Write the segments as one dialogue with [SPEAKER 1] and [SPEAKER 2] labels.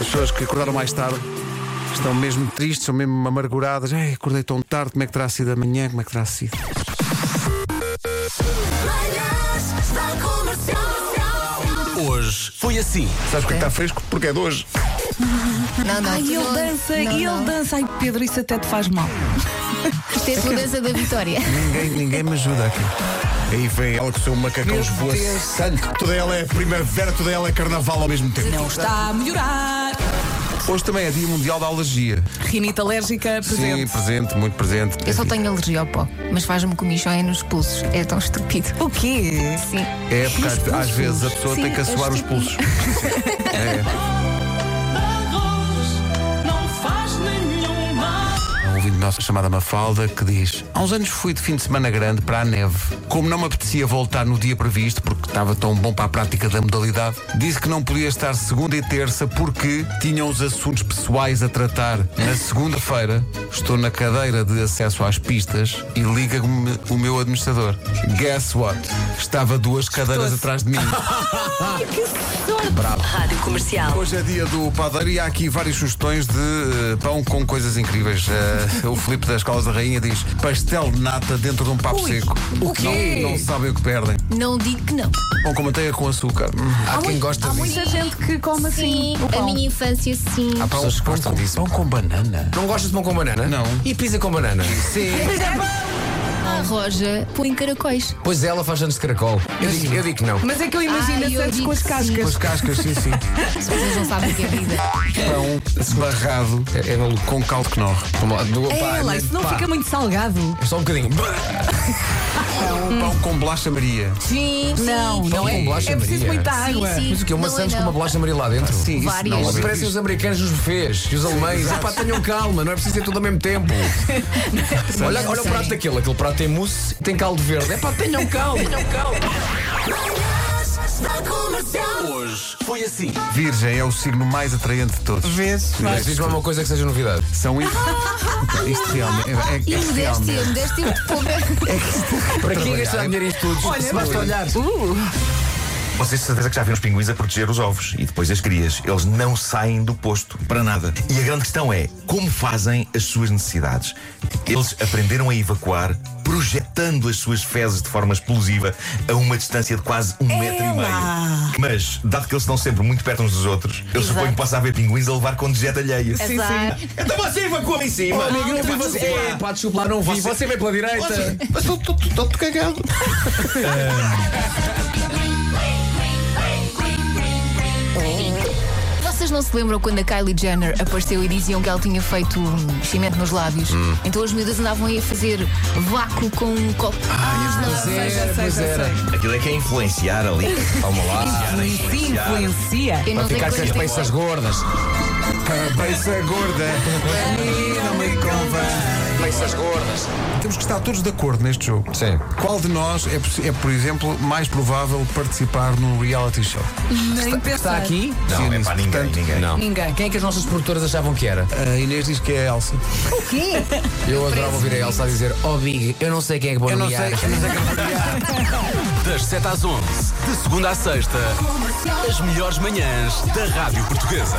[SPEAKER 1] As pessoas que acordaram mais tarde estão mesmo tristes, são mesmo amarguradas. Ai, acordei tão tarde, como é que terá sido amanhã? Como é que terá sido?
[SPEAKER 2] Manhãs da comercial.
[SPEAKER 3] Hoje foi assim.
[SPEAKER 1] Sabes porque está fresco? Porque é de hoje.
[SPEAKER 4] Não, não,
[SPEAKER 5] Ai,
[SPEAKER 4] tu
[SPEAKER 5] ele
[SPEAKER 4] não-
[SPEAKER 5] dança,
[SPEAKER 4] não,
[SPEAKER 5] e ele
[SPEAKER 4] não.
[SPEAKER 5] dança. Ai, Pedro, isso até te faz mal.
[SPEAKER 4] Isto é a tua dança da vitória.
[SPEAKER 1] Ninguém, ninguém me ajuda aqui. Aí vem ela com o seu macacão
[SPEAKER 5] Meu
[SPEAKER 1] esvoaçante.
[SPEAKER 3] Toda ela é primavera, toda ela é carnaval ao mesmo tempo.
[SPEAKER 5] Não está a melhorar.
[SPEAKER 1] Hoje também é Dia Mundial da Alergia.
[SPEAKER 5] Rinita alérgica presente.
[SPEAKER 1] Sim, presente, muito presente.
[SPEAKER 4] Eu só tenho alergia ao pó, mas faz-me comichões nos pulsos. É tão estúpido.
[SPEAKER 5] O quê?
[SPEAKER 4] Sim.
[SPEAKER 1] É, porque às- às vezes a pessoa
[SPEAKER 4] Sim,
[SPEAKER 1] tem que
[SPEAKER 4] é
[SPEAKER 1] assoar os
[SPEAKER 4] estúpido.
[SPEAKER 1] pulsos. É.
[SPEAKER 6] Arroz não faz nenhum mal.
[SPEAKER 1] Há Um ouvinte nosso chamada Mafalda que diz: Há uns anos fui de fim de semana grande para a neve. Como não me apetecia voltar no dia previsto, porque estava tão bom para a prática da modalidade, disse que não podia estar segunda e terça porque tinham os assuntos pessoais a tratar. Na segunda-feira, estou na cadeira de acesso às pistas e liga-me o meu administrador. Guess what? Estava duas cadeiras atrás de mim.
[SPEAKER 2] Rádio comercial.
[SPEAKER 1] Hoje é dia do padeiro e há aqui várias sugestões de eh, pão com coisas incríveis. Eh, o Filipe das Escolas da Rainha diz pastel de nata dentro de um papo
[SPEAKER 5] Ui,
[SPEAKER 1] seco.
[SPEAKER 5] o quê?
[SPEAKER 1] Não, não sabem o que perdem.
[SPEAKER 4] Não digo que não.
[SPEAKER 1] Pão com manteiga com açúcar. Hum.
[SPEAKER 3] Há quem gosta
[SPEAKER 5] Há
[SPEAKER 3] disso.
[SPEAKER 5] muita gente que come assim. o
[SPEAKER 4] a
[SPEAKER 5] pão.
[SPEAKER 4] minha infância, sim.
[SPEAKER 1] Há pão,
[SPEAKER 3] pessoas que
[SPEAKER 1] pão
[SPEAKER 3] gostam
[SPEAKER 1] com-
[SPEAKER 3] disso.
[SPEAKER 1] Pão com banana.
[SPEAKER 3] Não gostas de pão com banana?
[SPEAKER 1] Não.
[SPEAKER 3] E pizza com banana? Sim.
[SPEAKER 4] A Ah, Roja põe caracóis.
[SPEAKER 3] Pois ela faz anos de caracol. Eu digo, eu digo que não.
[SPEAKER 5] Mas é que eu imagino
[SPEAKER 4] Ai,
[SPEAKER 5] a
[SPEAKER 4] eu
[SPEAKER 5] Santos
[SPEAKER 4] digo
[SPEAKER 5] com as
[SPEAKER 4] que
[SPEAKER 1] Com
[SPEAKER 5] cascas.
[SPEAKER 1] as cascas, sim, sim.
[SPEAKER 4] As pessoas não sabem o que é vida.
[SPEAKER 1] Pão esbarrado
[SPEAKER 3] É, é maluco.
[SPEAKER 1] com caldo Knorr.
[SPEAKER 3] Vamos lá, do- pá, né,
[SPEAKER 5] É, lá, isso não
[SPEAKER 3] pá.
[SPEAKER 5] fica muito salgado.
[SPEAKER 3] É Só um bocadinho.
[SPEAKER 5] Hum.
[SPEAKER 1] Pão com bolacha Maria.
[SPEAKER 4] Sim,
[SPEAKER 5] Não, não é.
[SPEAKER 3] com bolacha
[SPEAKER 5] É preciso
[SPEAKER 3] Maria.
[SPEAKER 5] muita
[SPEAKER 4] Sim,
[SPEAKER 5] água.
[SPEAKER 4] sim.
[SPEAKER 3] Mas o que? Uma
[SPEAKER 4] Não é
[SPEAKER 3] Santos com
[SPEAKER 4] não.
[SPEAKER 3] uma bolacha Maria lá dentro?
[SPEAKER 1] Sim, isso
[SPEAKER 4] Várias.
[SPEAKER 1] não
[SPEAKER 3] Mas
[SPEAKER 1] ouvi.
[SPEAKER 3] Parecem os americanos nos bufês e os alemães. Ah, pá, tenham calma, não é preciso ter tudo ao mesmo tempo. olha, olha o prato daquele, aquele prato tem mousse, tem caldo verde. É pá, tenham calma.
[SPEAKER 2] Manhãs da comercial.
[SPEAKER 3] Hoje foi assim.
[SPEAKER 1] Virgem é o signo mais atraente de todos.
[SPEAKER 5] Vezes.
[SPEAKER 3] Mas diz-me uma coisa que seja novidade.
[SPEAKER 1] São in-
[SPEAKER 5] Ah.
[SPEAKER 1] isto realmente. É, é,
[SPEAKER 4] E
[SPEAKER 1] é
[SPEAKER 4] me deste
[SPEAKER 1] realmente.
[SPEAKER 4] tempo, deste tempo de pouco.
[SPEAKER 3] Para
[SPEAKER 1] Trabalhar.
[SPEAKER 3] quem gastar dinheiro em estudos?
[SPEAKER 5] Olha,
[SPEAKER 3] se basta
[SPEAKER 5] mas-
[SPEAKER 3] olhar.
[SPEAKER 5] Uh,
[SPEAKER 7] Vocês de certeza que já viram os pinguins a proteger os ovos e depois as crias. Eles não saem do posto para nada. E a grande questão é como fazem as suas necessidades. Eles aprenderam a evacuar projetando as suas fezes de forma explosiva a uma distância de quase um metro e
[SPEAKER 5] Ela!
[SPEAKER 7] meio. Mas, dado que eles estão sempre muito perto uns dos outros, eu suponho que possa haver pinguins a levar com dejeto alheio.
[SPEAKER 5] Sim,
[SPEAKER 4] Exato.
[SPEAKER 5] sim.
[SPEAKER 7] Então você evacua em cima!
[SPEAKER 3] Amigo, eu vi você. É, pá, desculpa lá, não vi. Você, vem pela direita.
[SPEAKER 7] Mas estou cagado.
[SPEAKER 4] Vocês não se lembram quando a Kylie Jenner apareceu e diziam que ela tinha feito hum, cimento nos lábios?
[SPEAKER 3] Hum.
[SPEAKER 4] Então as miúdas andavam aí a fazer vácuo com um copo. Ah,
[SPEAKER 3] Pois era, pois
[SPEAKER 5] já
[SPEAKER 3] era.
[SPEAKER 7] Aquilo é que é influenciar ali.
[SPEAKER 3] Calma lá.
[SPEAKER 7] Influenciar,
[SPEAKER 5] Sim,
[SPEAKER 7] influenciar.
[SPEAKER 5] influencia.
[SPEAKER 4] Eu não
[SPEAKER 3] Para
[SPEAKER 4] sei
[SPEAKER 3] ficar com as
[SPEAKER 4] quanto tempo.
[SPEAKER 3] peças gordas.
[SPEAKER 1] Cabeça gorda. A mim não me convém.
[SPEAKER 3] Peças gordas.
[SPEAKER 1] Temos que estar todos de acordo neste jogo.
[SPEAKER 3] Sim.
[SPEAKER 1] Qual de nós é, possi- é, por exemplo, mais provável participar num reality show?
[SPEAKER 5] Nem
[SPEAKER 3] Está
[SPEAKER 5] pensar.
[SPEAKER 3] Tá aqui?
[SPEAKER 7] Não, é para ninguém,
[SPEAKER 1] portanto,
[SPEAKER 7] ninguém. Não.
[SPEAKER 5] Ninguém.
[SPEAKER 3] Quem é que as nossas produtoras achavam que era?
[SPEAKER 1] A Inês diz que é a Elsa.
[SPEAKER 3] Eu adorava ouvir a Elsa a dizer: Oh, Big, eu não sei quem é que vou nomear.
[SPEAKER 8] Das 7 às 11, de segunda à sexta, as melhores manhãs da Rádio Portuguesa.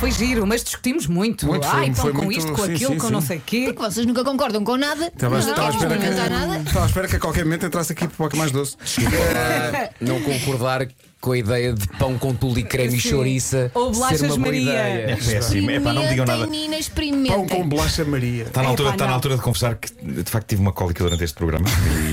[SPEAKER 5] Foi giro, mas discutimos muito.
[SPEAKER 1] Muito, foi-
[SPEAKER 5] Ai, então
[SPEAKER 1] foi
[SPEAKER 5] com
[SPEAKER 1] muito-
[SPEAKER 5] isto, com
[SPEAKER 1] sim,
[SPEAKER 5] aquilo,
[SPEAKER 1] sim,
[SPEAKER 5] com
[SPEAKER 1] sim.
[SPEAKER 5] não sei o quê.
[SPEAKER 4] Porque vocês nunca concordam com nada.
[SPEAKER 7] Tá
[SPEAKER 1] Estava
[SPEAKER 4] não
[SPEAKER 1] estava à
[SPEAKER 4] querem
[SPEAKER 1] espera
[SPEAKER 4] experimentar
[SPEAKER 1] que-
[SPEAKER 4] nada.
[SPEAKER 1] estava Então, à espera que a qualquer momento entrasse aqui pipoca mais doce.
[SPEAKER 3] Ah, não concordar com a ideia de pão com tudo e creme e
[SPEAKER 5] Sim.
[SPEAKER 3] chouriça
[SPEAKER 5] Ou bolachas
[SPEAKER 3] ser uma boa
[SPEAKER 5] Maria.
[SPEAKER 3] ideia.
[SPEAKER 7] Péssimo. É para não digam nada.
[SPEAKER 4] Experimentem, Nina,
[SPEAKER 1] Pão com
[SPEAKER 4] experimentem.
[SPEAKER 1] bolacha Maria.
[SPEAKER 7] Está na, altura,
[SPEAKER 5] Epá,
[SPEAKER 7] está na
[SPEAKER 5] É não.
[SPEAKER 7] altura de confessar que de facto tive uma cólica durante este programa.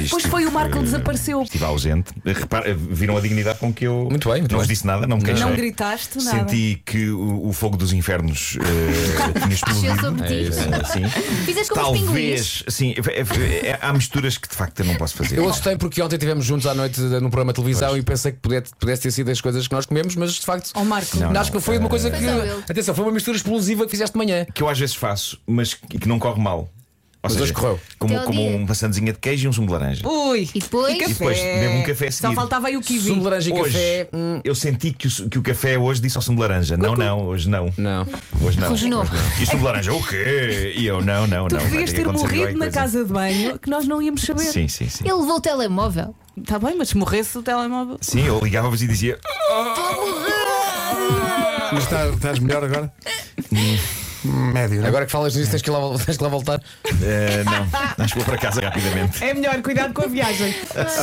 [SPEAKER 7] E
[SPEAKER 5] Pois foi, o Marco
[SPEAKER 7] eh,
[SPEAKER 5] desapareceu.
[SPEAKER 7] Estive ausente. Repara, eh, viram a dignidade com que eu.
[SPEAKER 3] Muito bem, muito
[SPEAKER 7] não
[SPEAKER 3] bem.
[SPEAKER 7] vos disse nada, não me queixei.
[SPEAKER 5] Não gritaste nada.
[SPEAKER 7] Senti que o, o fogo dos infernos eh, tinha
[SPEAKER 4] Desceu
[SPEAKER 7] explodido.
[SPEAKER 3] É
[SPEAKER 4] sobre ti.
[SPEAKER 7] Eh, sim.
[SPEAKER 3] assim.
[SPEAKER 4] Fizeste como os pinguins.
[SPEAKER 7] Talvez, sim, é- é- é- há misturas que de facto eu não posso fazer.
[SPEAKER 3] Eu assustei porque ontem estivemos juntos à noite de- num programa de televisão e pensei que pudesse, pudesse ter sido as coisas que nós comemos, mas de facto.
[SPEAKER 5] Ó, Marco.
[SPEAKER 7] Não,
[SPEAKER 3] acho que foi uma coisa que.
[SPEAKER 4] Pois é, Will.
[SPEAKER 3] Atenção, foi uma mistura explosiva que fizeste de manhã.
[SPEAKER 7] que eu às vezes faço, mas que, que não corre mal. Ou seja,
[SPEAKER 3] hoje correu.
[SPEAKER 7] Como,
[SPEAKER 4] Até ao
[SPEAKER 7] como
[SPEAKER 4] dia.
[SPEAKER 7] uma maçãzinha de queijo e um sumo de laranja.
[SPEAKER 5] Ui.
[SPEAKER 4] E depois?
[SPEAKER 5] café.
[SPEAKER 7] E depois bebo um café a
[SPEAKER 5] Só
[SPEAKER 7] seguir.
[SPEAKER 5] faltava aí o kiwi.
[SPEAKER 3] Sumo de laranja e
[SPEAKER 7] Hoje,
[SPEAKER 3] café. hum,
[SPEAKER 7] eu senti que o, que o café hoje disse ao sumo de laranja. Não, não, hoje não.
[SPEAKER 3] Não.
[SPEAKER 7] Hoje não.
[SPEAKER 4] Hoje não.
[SPEAKER 7] Hoje E o sumo de laranja, o quê? E eu, não, não,
[SPEAKER 5] Tu
[SPEAKER 7] não. vai
[SPEAKER 5] devias
[SPEAKER 7] que
[SPEAKER 5] ter
[SPEAKER 7] acontecer
[SPEAKER 5] morrido
[SPEAKER 7] qualquer
[SPEAKER 5] na
[SPEAKER 7] coisa.
[SPEAKER 5] casa de banho que nós não íamos saber. Tá
[SPEAKER 7] Sim, sim, sim.
[SPEAKER 4] Ele levou o telemóvel.
[SPEAKER 5] Está bem, mas se morresse o telemóvel.
[SPEAKER 7] Sim, eu ligava-vos e dizia.
[SPEAKER 1] Mas tá- estás melhor agora? Médio. não é?
[SPEAKER 3] Hum. Agora que falas nisso, tens que ir lá, tens que lá voltar.
[SPEAKER 7] Eh, não, acho que vou para casa rapidamente.
[SPEAKER 5] É melhor, cuidado com a viagem.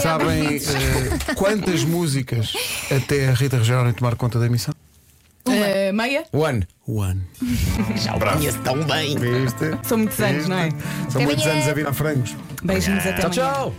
[SPEAKER 1] Sabem eh, quantas músicas até a Rita Rogeroni tomar conta da emissão?
[SPEAKER 5] Eh, meia?
[SPEAKER 3] One.
[SPEAKER 1] One.
[SPEAKER 7] Bravo.
[SPEAKER 1] Viste?
[SPEAKER 5] São muitos anos, não é?
[SPEAKER 1] São muitos anos a virar frangos.
[SPEAKER 5] Beijinhos até
[SPEAKER 3] Tchau,
[SPEAKER 5] amanhã.
[SPEAKER 3] tchau.